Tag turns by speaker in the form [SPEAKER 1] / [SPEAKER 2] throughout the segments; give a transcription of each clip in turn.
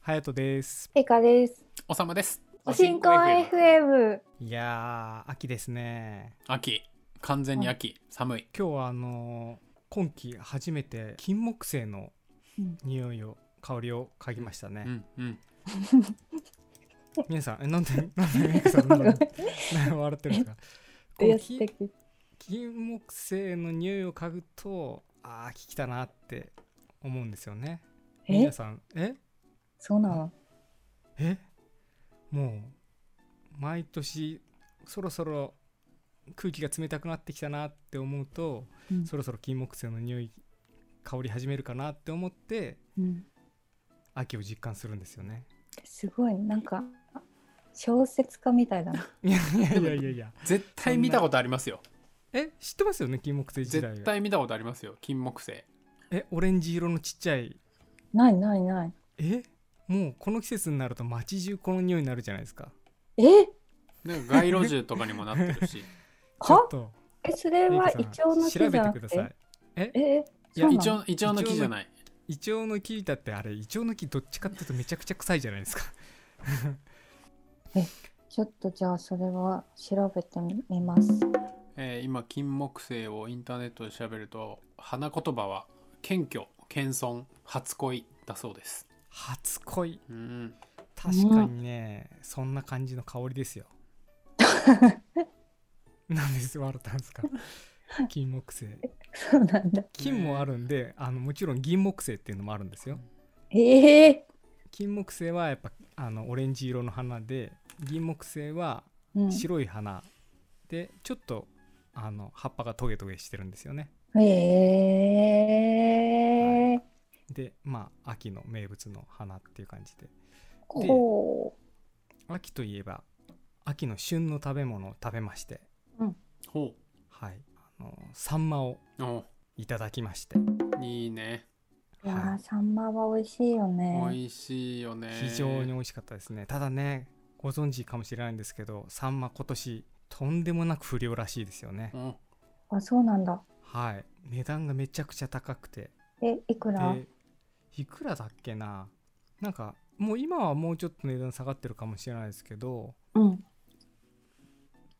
[SPEAKER 1] はやとです
[SPEAKER 2] てかです。
[SPEAKER 3] おさむです。
[SPEAKER 2] お新婚 FM。
[SPEAKER 1] いやー秋ですね
[SPEAKER 3] 秋。完全に秋。寒い。
[SPEAKER 1] 今日はあのー今季初めて金木犀の
[SPEAKER 2] うん
[SPEAKER 1] 匂いを香りを嗅ぎました
[SPEAKER 3] う
[SPEAKER 1] ね、
[SPEAKER 3] んうん。
[SPEAKER 1] 皆さんえなんで なんでメイクさんなんで なんで笑ってるんですかこ
[SPEAKER 2] や
[SPEAKER 1] う
[SPEAKER 2] っ
[SPEAKER 1] き
[SPEAKER 2] てき
[SPEAKER 1] 金木犀の匂いを嗅ぐとああ聞きたなって思うんですよね
[SPEAKER 2] え
[SPEAKER 1] 皆、さんえ
[SPEAKER 2] そうなの。
[SPEAKER 1] えもう毎年そろそろ空気が冷たくなってきたなって思うと、
[SPEAKER 2] うん
[SPEAKER 1] そろそろ金木犀の匂い香り始めるかなって思って
[SPEAKER 2] うん、
[SPEAKER 1] 秋を実感するんですよね。
[SPEAKER 2] すごい、なんか。小説家みたいだな。
[SPEAKER 1] いやいやいやいやいや
[SPEAKER 3] 絶対見たことありますよ。
[SPEAKER 1] え知ってますよね金木犀自体
[SPEAKER 3] 絶対見たことありますよ。金木犀。
[SPEAKER 1] えオレンジ色のちっちゃい
[SPEAKER 2] ないないない。
[SPEAKER 1] えもうこの季節になると街中この匂いになるじゃないですか。
[SPEAKER 2] え、
[SPEAKER 3] なんか街路樹とかにもなってるし。
[SPEAKER 1] ちょ
[SPEAKER 2] は
[SPEAKER 1] っ。と
[SPEAKER 2] え、それ
[SPEAKER 1] メイ
[SPEAKER 2] は
[SPEAKER 1] クさ
[SPEAKER 2] イ
[SPEAKER 1] ん
[SPEAKER 2] チョウの木じ
[SPEAKER 1] 調
[SPEAKER 2] ゃ
[SPEAKER 1] べ
[SPEAKER 2] な
[SPEAKER 1] てくだ
[SPEAKER 2] くて
[SPEAKER 1] さ。いえ
[SPEAKER 2] え、
[SPEAKER 1] いや
[SPEAKER 2] そうなの
[SPEAKER 3] 一応、一応の木じゃない。
[SPEAKER 1] イチョウの木だってあれイチョウの木どっちかっていうとめちゃくちゃ臭いじゃないですか。
[SPEAKER 2] ちょっとじゃあ、それは調べてみます。
[SPEAKER 3] えー今、金木犀をインターネットで調べると、花言葉は、謙虚、謙遜、初恋だそうです。
[SPEAKER 1] 初恋
[SPEAKER 3] うん。
[SPEAKER 1] 確かにね、そんな感じの香りです よなんです笑ったん ですか金木犀
[SPEAKER 2] そうなんだ。
[SPEAKER 1] 金もあるんであのもちろん銀木犀っていうのもあるんですよ
[SPEAKER 2] ええ
[SPEAKER 1] 金木犀はやっぱあのオレンジ色の花で銀木犀は
[SPEAKER 2] うん。
[SPEAKER 1] 白い花でちょっとあの葉っぱがトゲトゲしてるんですよね
[SPEAKER 2] ええ
[SPEAKER 1] でまあ秋の名物の花っていう感じで
[SPEAKER 2] ほ
[SPEAKER 1] 秋といえば秋の旬の食べ物を食べまして
[SPEAKER 3] ほ
[SPEAKER 1] はいあのサンマを
[SPEAKER 3] う。お
[SPEAKER 1] いただきまして
[SPEAKER 3] いいね。
[SPEAKER 2] う。いや
[SPEAKER 1] は
[SPEAKER 2] ー、
[SPEAKER 1] い
[SPEAKER 2] サンマは美味しいよね。
[SPEAKER 3] 美味しいよね。
[SPEAKER 1] 非常に美味しかったですねただねご存知かもしれないんですけどサンマ今年とんでもなく不良らしいですよね
[SPEAKER 3] うん。
[SPEAKER 2] あ、そうなんだ。
[SPEAKER 1] はい値段がめちゃくちゃ高くて
[SPEAKER 2] え、いくら。
[SPEAKER 1] でいくらだっけななんかもう今はもうちょっと値段下がってるかもしれないですけど
[SPEAKER 2] うん。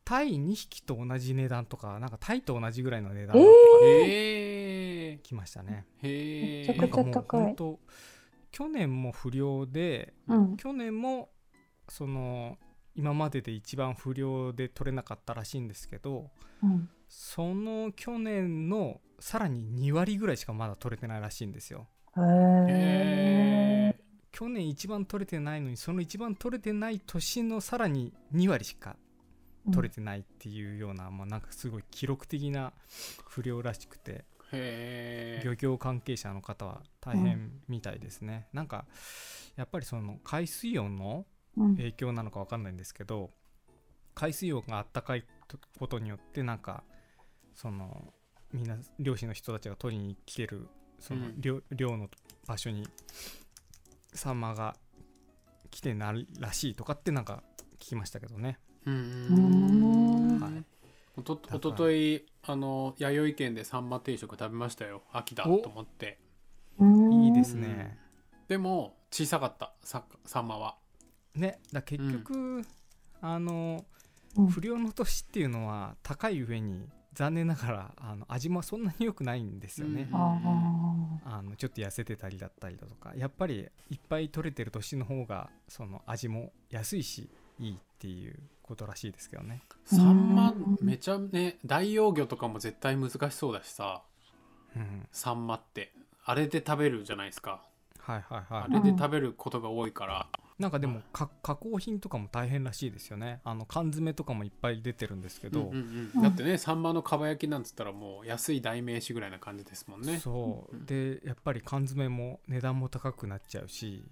[SPEAKER 1] タイ2匹と同じ値段とかなんかタイと同じぐらいの値段
[SPEAKER 2] え
[SPEAKER 1] とか
[SPEAKER 3] へえ。
[SPEAKER 1] 来ましたね、
[SPEAKER 3] へえ。
[SPEAKER 2] めちゃくちゃ
[SPEAKER 1] なんかもう
[SPEAKER 2] 高い
[SPEAKER 1] ほんと去年も不良で
[SPEAKER 2] うん。
[SPEAKER 1] 去年もその今までで一番不良で取れなかったらしいんですけど
[SPEAKER 2] うん。
[SPEAKER 1] その去年のさらに2割ぐらいしかまだ取れてないらしいんですよ
[SPEAKER 2] へ
[SPEAKER 3] へ
[SPEAKER 2] え。
[SPEAKER 1] 去年一番取れてないのにその一番取れてない年のさらに2割しか取れてないっていうような、まあなんかすごい記録的な不良らしくて
[SPEAKER 3] へ
[SPEAKER 1] 漁業関係者の方は大変みたいですね、なんかやっぱりその海水温の
[SPEAKER 2] うん。
[SPEAKER 1] 影響なのかわかんないんですけど海水温があったかいことによってなんかそのみんな漁師の人たちが取りに来てるその
[SPEAKER 3] うん
[SPEAKER 1] 漁,、漁の場所にサンマが来てなるらしいとかってなんか聞きましたけどね
[SPEAKER 3] う
[SPEAKER 2] うん
[SPEAKER 3] ん
[SPEAKER 1] はい
[SPEAKER 3] おと
[SPEAKER 1] から
[SPEAKER 3] おとといあの弥生県でサンマ定食食べましたよ秋だと
[SPEAKER 1] お
[SPEAKER 3] 思って
[SPEAKER 1] いいで
[SPEAKER 2] です
[SPEAKER 1] ね
[SPEAKER 3] でも小さかったササンマは
[SPEAKER 1] ねだから結局、あの
[SPEAKER 2] うん
[SPEAKER 1] 不良の年っていうのは高い上に残念ながらあの味もそんなに良くないんですよね、
[SPEAKER 3] うん
[SPEAKER 2] あ
[SPEAKER 1] あのちょっと痩せてたりだったりだとかやっぱりいっぱい取れてる年の方がその味も安いしいいっていうことらしいですけどね
[SPEAKER 3] サンマ
[SPEAKER 2] うん
[SPEAKER 3] めちゃね大養魚とかも絶対難しそうだしさ
[SPEAKER 1] うん
[SPEAKER 3] サンマってあれで食べるじゃないですか
[SPEAKER 1] はいはいは
[SPEAKER 3] あ
[SPEAKER 1] い
[SPEAKER 3] れで食べることが多いから
[SPEAKER 1] なんかでもか加工品とかも大変らしいですよねあの缶詰とかもいっぱい出てるんですけど、
[SPEAKER 3] うんうんうんだってねサンマのかば焼きなんつったらもう安い代名詞ぐらいな感じですもんね
[SPEAKER 1] そう
[SPEAKER 3] うん
[SPEAKER 1] でやっぱり缶詰も値段も高くなっちゃうし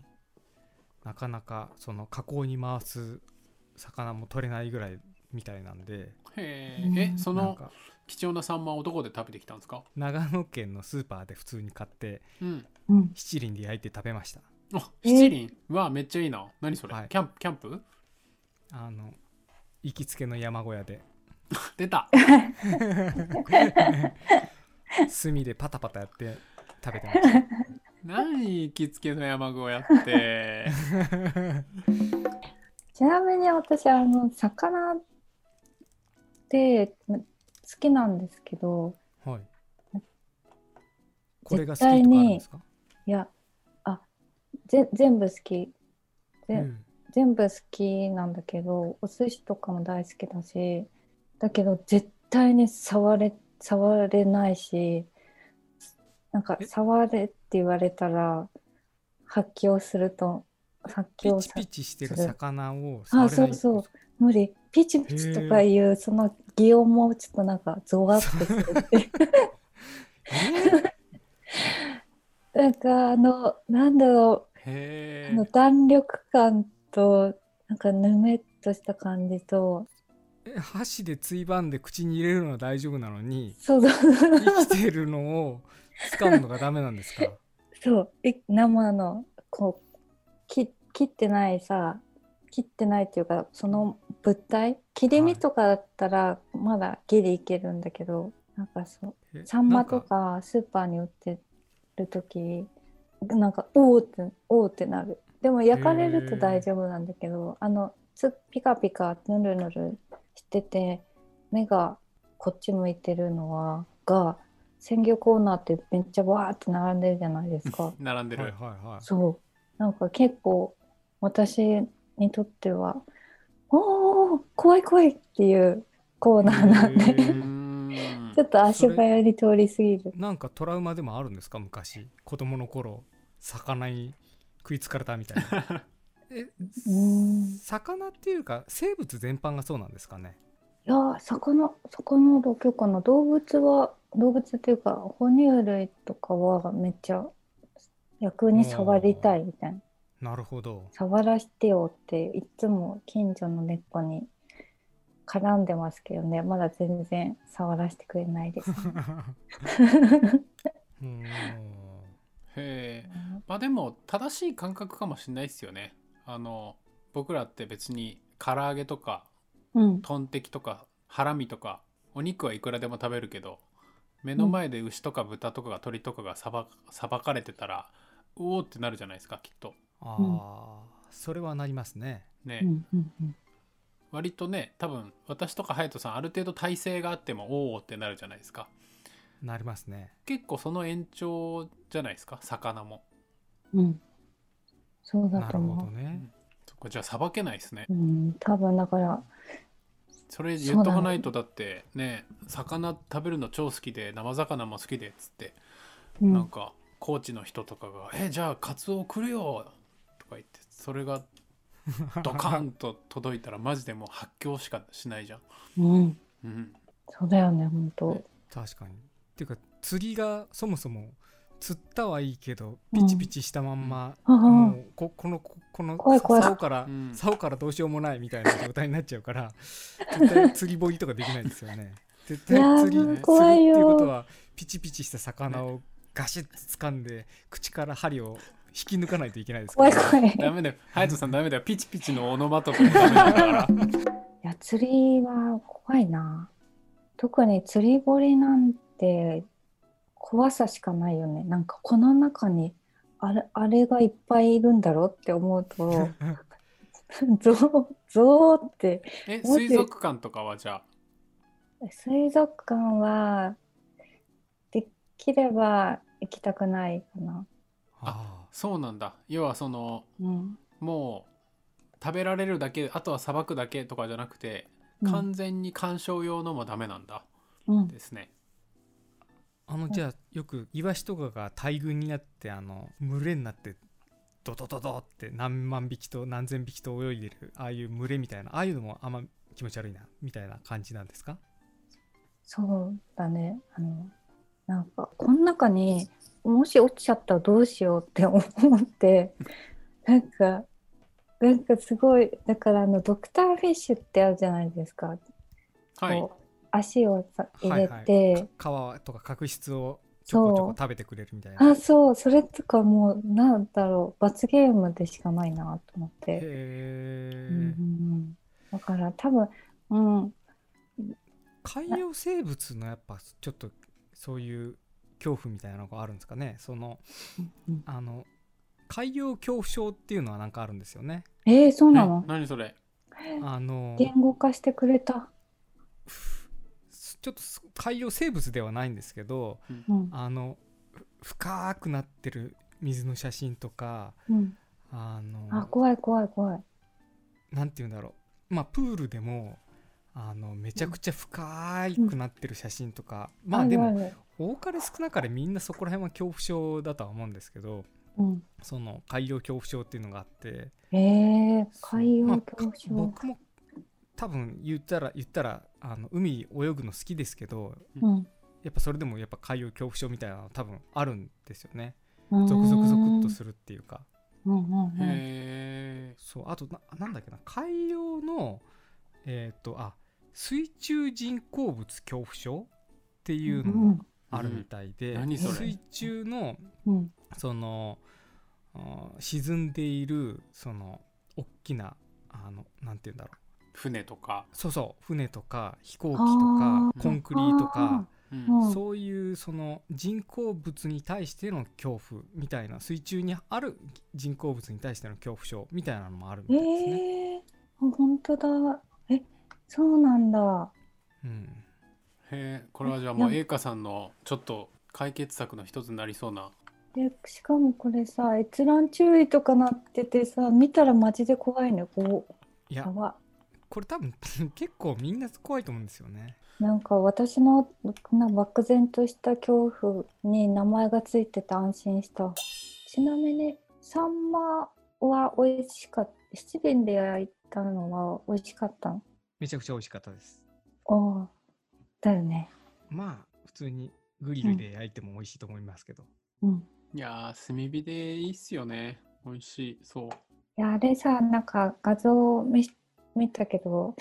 [SPEAKER 1] なかなかその加工に回す魚も取れないぐらいみたいなんで
[SPEAKER 3] へ
[SPEAKER 2] うん
[SPEAKER 3] ええそ
[SPEAKER 1] なん
[SPEAKER 3] の
[SPEAKER 1] か
[SPEAKER 3] 貴重なサンマをどこで食べてきたんですか
[SPEAKER 1] 長野県のスーパーで普通に買って
[SPEAKER 3] うん
[SPEAKER 2] うん。
[SPEAKER 1] 七輪で焼いて食べました
[SPEAKER 3] あ
[SPEAKER 2] えー
[SPEAKER 3] 七輪わあめっちゃいいな何それ、
[SPEAKER 1] はい
[SPEAKER 3] キャンプキャンプ
[SPEAKER 1] あの行きつけの山小屋 で
[SPEAKER 3] 出た
[SPEAKER 1] 炭でパタパタやって食べてました
[SPEAKER 3] 何行きつけの山小屋って
[SPEAKER 2] ちなみに私あの魚ってま好きなんですけど
[SPEAKER 1] はいこれが好きとかあるんですか、
[SPEAKER 2] いやあぜ全部好き
[SPEAKER 1] う
[SPEAKER 2] ぜ、
[SPEAKER 1] ん、
[SPEAKER 2] 全部好きなんだけどお寿司とかも大好きだしだけど絶対に触れ触れないしなんか
[SPEAKER 1] え
[SPEAKER 2] 触れって言われたら発狂すると発
[SPEAKER 1] ピ
[SPEAKER 2] 狂
[SPEAKER 1] チ
[SPEAKER 2] さ
[SPEAKER 1] ピチしてる魚を触
[SPEAKER 2] あ
[SPEAKER 1] れない
[SPEAKER 2] そうそう無理ピチピチとかいうその擬音もちょっとなんかゾワッとするっていう なんかあのなんだろう
[SPEAKER 3] へ
[SPEAKER 2] あの弾力感となんかぬめっとした感じと
[SPEAKER 1] え 箸でついばんで口に入れるのは大丈夫なのに
[SPEAKER 2] そうそうそう
[SPEAKER 1] 生きてるのを掴むのがダメなんですか
[SPEAKER 2] そうえ生のこうき切ってないさ切ってないっていうかその物体切り身とかだったらまだギリいけるんだけど、なんかそう
[SPEAKER 1] え
[SPEAKER 2] サンマと
[SPEAKER 1] なんか
[SPEAKER 2] かスーパーに売ってる時なんかおおっておおってなるでも焼かれると大丈夫なんだけどあのつピカピカぬるぬるしてて目がこっち向いてるのはが鮮魚コーナーってめっちゃわーって並んでるじゃないですか
[SPEAKER 3] 並んで
[SPEAKER 1] はい
[SPEAKER 3] る
[SPEAKER 1] はいはい
[SPEAKER 2] そうなんか結構私にとってはおー怖い怖いっていうコーナーなん
[SPEAKER 1] へ
[SPEAKER 2] で
[SPEAKER 1] ー
[SPEAKER 3] うーん
[SPEAKER 2] ちょっと足
[SPEAKER 1] それ
[SPEAKER 2] 早に通り過ぎる
[SPEAKER 1] なんかトラウマでもあるんですか昔子供の頃魚に食いつかれたみたいな え
[SPEAKER 2] うーん
[SPEAKER 1] 魚っていうか生物全般がそうなんですかね
[SPEAKER 2] いやー魚魚だけかな動物は動物っていうか哺乳類とかはめっちゃ逆に触りたいみたいな
[SPEAKER 1] なるほ ど
[SPEAKER 2] 触らしてよっていつも近所の猫に絡んでますけどねまだ全然触らせてくれな いです、
[SPEAKER 1] うーん
[SPEAKER 3] へえまあでも正しい感覚かもしれないですよねあの僕らって別に唐揚げとか
[SPEAKER 2] うん、
[SPEAKER 3] トンテキとかハラミとかお肉はいくらでも食べるけど目の前で牛とか豚とか鳥とかがさばさばかれてたらうおーってなるじゃないですかきっと
[SPEAKER 1] ああ、
[SPEAKER 2] うん
[SPEAKER 1] それはなりますね
[SPEAKER 3] ね、
[SPEAKER 2] うんうんうん
[SPEAKER 3] 割とね多分私とか隼人さんある程度体勢があってもおーってなるじゃないですか
[SPEAKER 1] なりますね
[SPEAKER 3] 結構その延長じゃないですか魚も、
[SPEAKER 2] うんそうだ
[SPEAKER 1] な
[SPEAKER 2] と
[SPEAKER 1] るほ
[SPEAKER 2] 思
[SPEAKER 1] ど
[SPEAKER 2] う、
[SPEAKER 1] ね、
[SPEAKER 3] そっかじゃあさばけないですね
[SPEAKER 2] うん、多分だから
[SPEAKER 3] それ言っとかないとだってね魚食べるの超好きで生魚も好きでっつって
[SPEAKER 2] う
[SPEAKER 3] なん
[SPEAKER 2] ん
[SPEAKER 3] か高知の人とかが「えじゃあカツオ送るよ」とか言ってそれがドカーンと届いたらマジでもう発狂しかしないじゃん。
[SPEAKER 2] うん
[SPEAKER 3] うん、
[SPEAKER 2] そうだよね本当
[SPEAKER 1] 確かにっていうか釣りがそもそも釣ったはいいけどピチピチしたまんま、
[SPEAKER 2] ああ
[SPEAKER 1] もうここのここの
[SPEAKER 2] 怖い怖い
[SPEAKER 1] 竿から、
[SPEAKER 3] うん
[SPEAKER 1] 竿からどうしようもないみたいな状態になっちゃう から絶対釣り堀とかできないですよね絶対
[SPEAKER 2] いやー
[SPEAKER 1] 釣り釣り
[SPEAKER 2] 怖いよ
[SPEAKER 1] っていうことはピチピチした魚をガシッと掴んで口から針を引き抜かないといけないですか
[SPEAKER 2] 怖
[SPEAKER 1] ら
[SPEAKER 2] い怖い
[SPEAKER 3] ダメだよ。ハヤトさんダメだよ。ピチピチのオノマトペダメだから。
[SPEAKER 2] いや釣りは怖いな特に釣り堀なんて怖さしかないよねなんかこの中にあれあれがいっぱいいるんだろうって思う とゾーゾーって
[SPEAKER 3] え、
[SPEAKER 2] もし
[SPEAKER 3] 水族館とかはじゃあ、
[SPEAKER 2] 水族館はできれば行きたくないかな、
[SPEAKER 1] あ
[SPEAKER 3] そうなんだ。要はその、
[SPEAKER 2] うん
[SPEAKER 3] もう食べられるだけ、あとはさばくだけとかじゃなくて、
[SPEAKER 2] うん
[SPEAKER 3] 完全に観賞用のもダメなんだ。
[SPEAKER 2] うん、
[SPEAKER 3] ですね。
[SPEAKER 1] ああのじゃあよくイワシとかが大群になってあの群れになってドドドドって何万匹と何千匹と泳いでるああいう群れみたいなああいうのもあんま気持ち悪いなみたいな感じなんですか
[SPEAKER 2] そうだね。あの、なんか、この中に、もし落ちちゃったらどうしようって思って、 なんか、なんかすごい、だからあの、ドクターフィッシュってあるじゃないですか。
[SPEAKER 3] はい。
[SPEAKER 2] こう足をさ入れ
[SPEAKER 1] はい
[SPEAKER 2] て、
[SPEAKER 1] はい、か皮とか角質をちょこちょこ食べてくれるみたいな。
[SPEAKER 2] あ、そう、それとかもう、なんだろう、罰ゲームでしかないなと思って。
[SPEAKER 1] へ
[SPEAKER 2] うん
[SPEAKER 1] ー
[SPEAKER 2] うんうんだから多分、うん、
[SPEAKER 1] 海洋生物のやっぱちょっとそういう恐怖みたいなのがあるんですかねその
[SPEAKER 2] うん
[SPEAKER 1] あの海洋恐怖症っていうのはなんかあるんですよね
[SPEAKER 2] えー、そうなの
[SPEAKER 3] え何それ
[SPEAKER 1] あの
[SPEAKER 2] 言語化してくれた。
[SPEAKER 1] すちょっとす海洋生物ではないんですけど
[SPEAKER 2] うん。
[SPEAKER 1] あのふ深くなってる水の写真とか
[SPEAKER 2] うん、
[SPEAKER 1] あの
[SPEAKER 2] あ、怖い怖い怖い。
[SPEAKER 1] なんて言うんだろうまあプールでもあのめちゃくちゃ深いくなってる写真とか、まあでも
[SPEAKER 2] るる
[SPEAKER 1] 多かれ少なかれみんなそこら辺は恐怖症だとは思うんですけど
[SPEAKER 2] うん。
[SPEAKER 1] その海洋恐怖症っていうのがあって
[SPEAKER 2] えー、海洋
[SPEAKER 1] まあ
[SPEAKER 2] 恐怖症。
[SPEAKER 1] 僕も多分言ったら言ったらあの海泳ぐの好きですけど
[SPEAKER 2] うん。
[SPEAKER 1] やっぱそれでもやっぱ海洋恐怖症みたいなの多分あるんですよね
[SPEAKER 2] うーん
[SPEAKER 1] ゾクゾクゾクっとするっていうか
[SPEAKER 2] うんうんうん
[SPEAKER 3] へえ
[SPEAKER 1] そうあとななんだっけな海洋のえっ、とあ水中人工物恐怖症っていうの
[SPEAKER 2] うん
[SPEAKER 1] があるみたいで、
[SPEAKER 3] うん何それ
[SPEAKER 1] 水中の
[SPEAKER 2] うん
[SPEAKER 1] そのうん沈んでいるその大きなあのなんて言うんだろう
[SPEAKER 3] 船とか、
[SPEAKER 1] そうそう船とか飛行機と
[SPEAKER 2] あ
[SPEAKER 1] か
[SPEAKER 2] ー
[SPEAKER 1] コンクリートとか
[SPEAKER 3] うん
[SPEAKER 2] うん
[SPEAKER 1] そういうその人工物に対しての恐怖みたいな水中にある人工物に対しての恐怖症みたいなのもあるみたいですね。
[SPEAKER 2] ええー、本当だ。え、そうなんだ。
[SPEAKER 1] うん
[SPEAKER 3] へえこれはじゃあもう栄華さんのちょっと解決策の一つになりそうな
[SPEAKER 2] で、しかもこれさ、閲覧注意とかなっててさ、見たらマジで怖いね。こう、
[SPEAKER 1] い
[SPEAKER 2] や
[SPEAKER 1] や
[SPEAKER 2] ば。
[SPEAKER 1] これ多分 結構みんな怖いと思うんですよね。
[SPEAKER 2] なんか私のな漠然とした恐怖に名前がついてて安心した。ちなみに、サンマは美味しかった。七輪で焼いたのは美味しかったの。
[SPEAKER 1] めちゃくちゃ美味しかったです。
[SPEAKER 2] ああ、だよね。
[SPEAKER 1] まあ普通にグリルで焼いても美味しいと思いますけど。
[SPEAKER 2] うん。
[SPEAKER 3] いやー炭火でいいっすよね美味しいそう
[SPEAKER 2] いや、あれさ、なんか画像を見し、見たけど、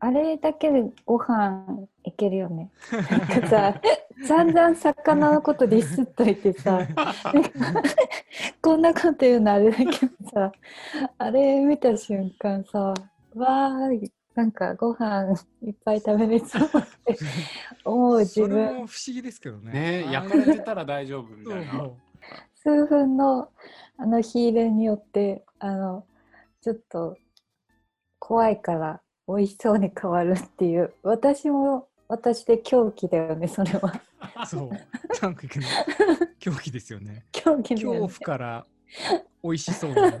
[SPEAKER 2] あれだけでご飯いけるよね。なんかさ、散々魚のことディスっといてさ、なんかこんなこと言うのあれだけどさ、あれ見た瞬間さ、わーい、なんかご飯いっぱい食べれそうって思う自
[SPEAKER 1] それ
[SPEAKER 2] 分、
[SPEAKER 1] も不思議ですけどね。
[SPEAKER 3] ねえ
[SPEAKER 1] あ
[SPEAKER 3] 焼かれてたら大丈夫み
[SPEAKER 1] そ
[SPEAKER 3] た
[SPEAKER 1] う
[SPEAKER 3] い な
[SPEAKER 2] 数分のあの火入れによって、あの、ちょっと怖いから美味しそうに変わるっていう、私も私で狂気だよね、それは。
[SPEAKER 1] そう。 なんかね狂気ですよね。
[SPEAKER 2] 狂気だよ
[SPEAKER 1] 恐
[SPEAKER 2] ね
[SPEAKER 1] 怖から美味しそうな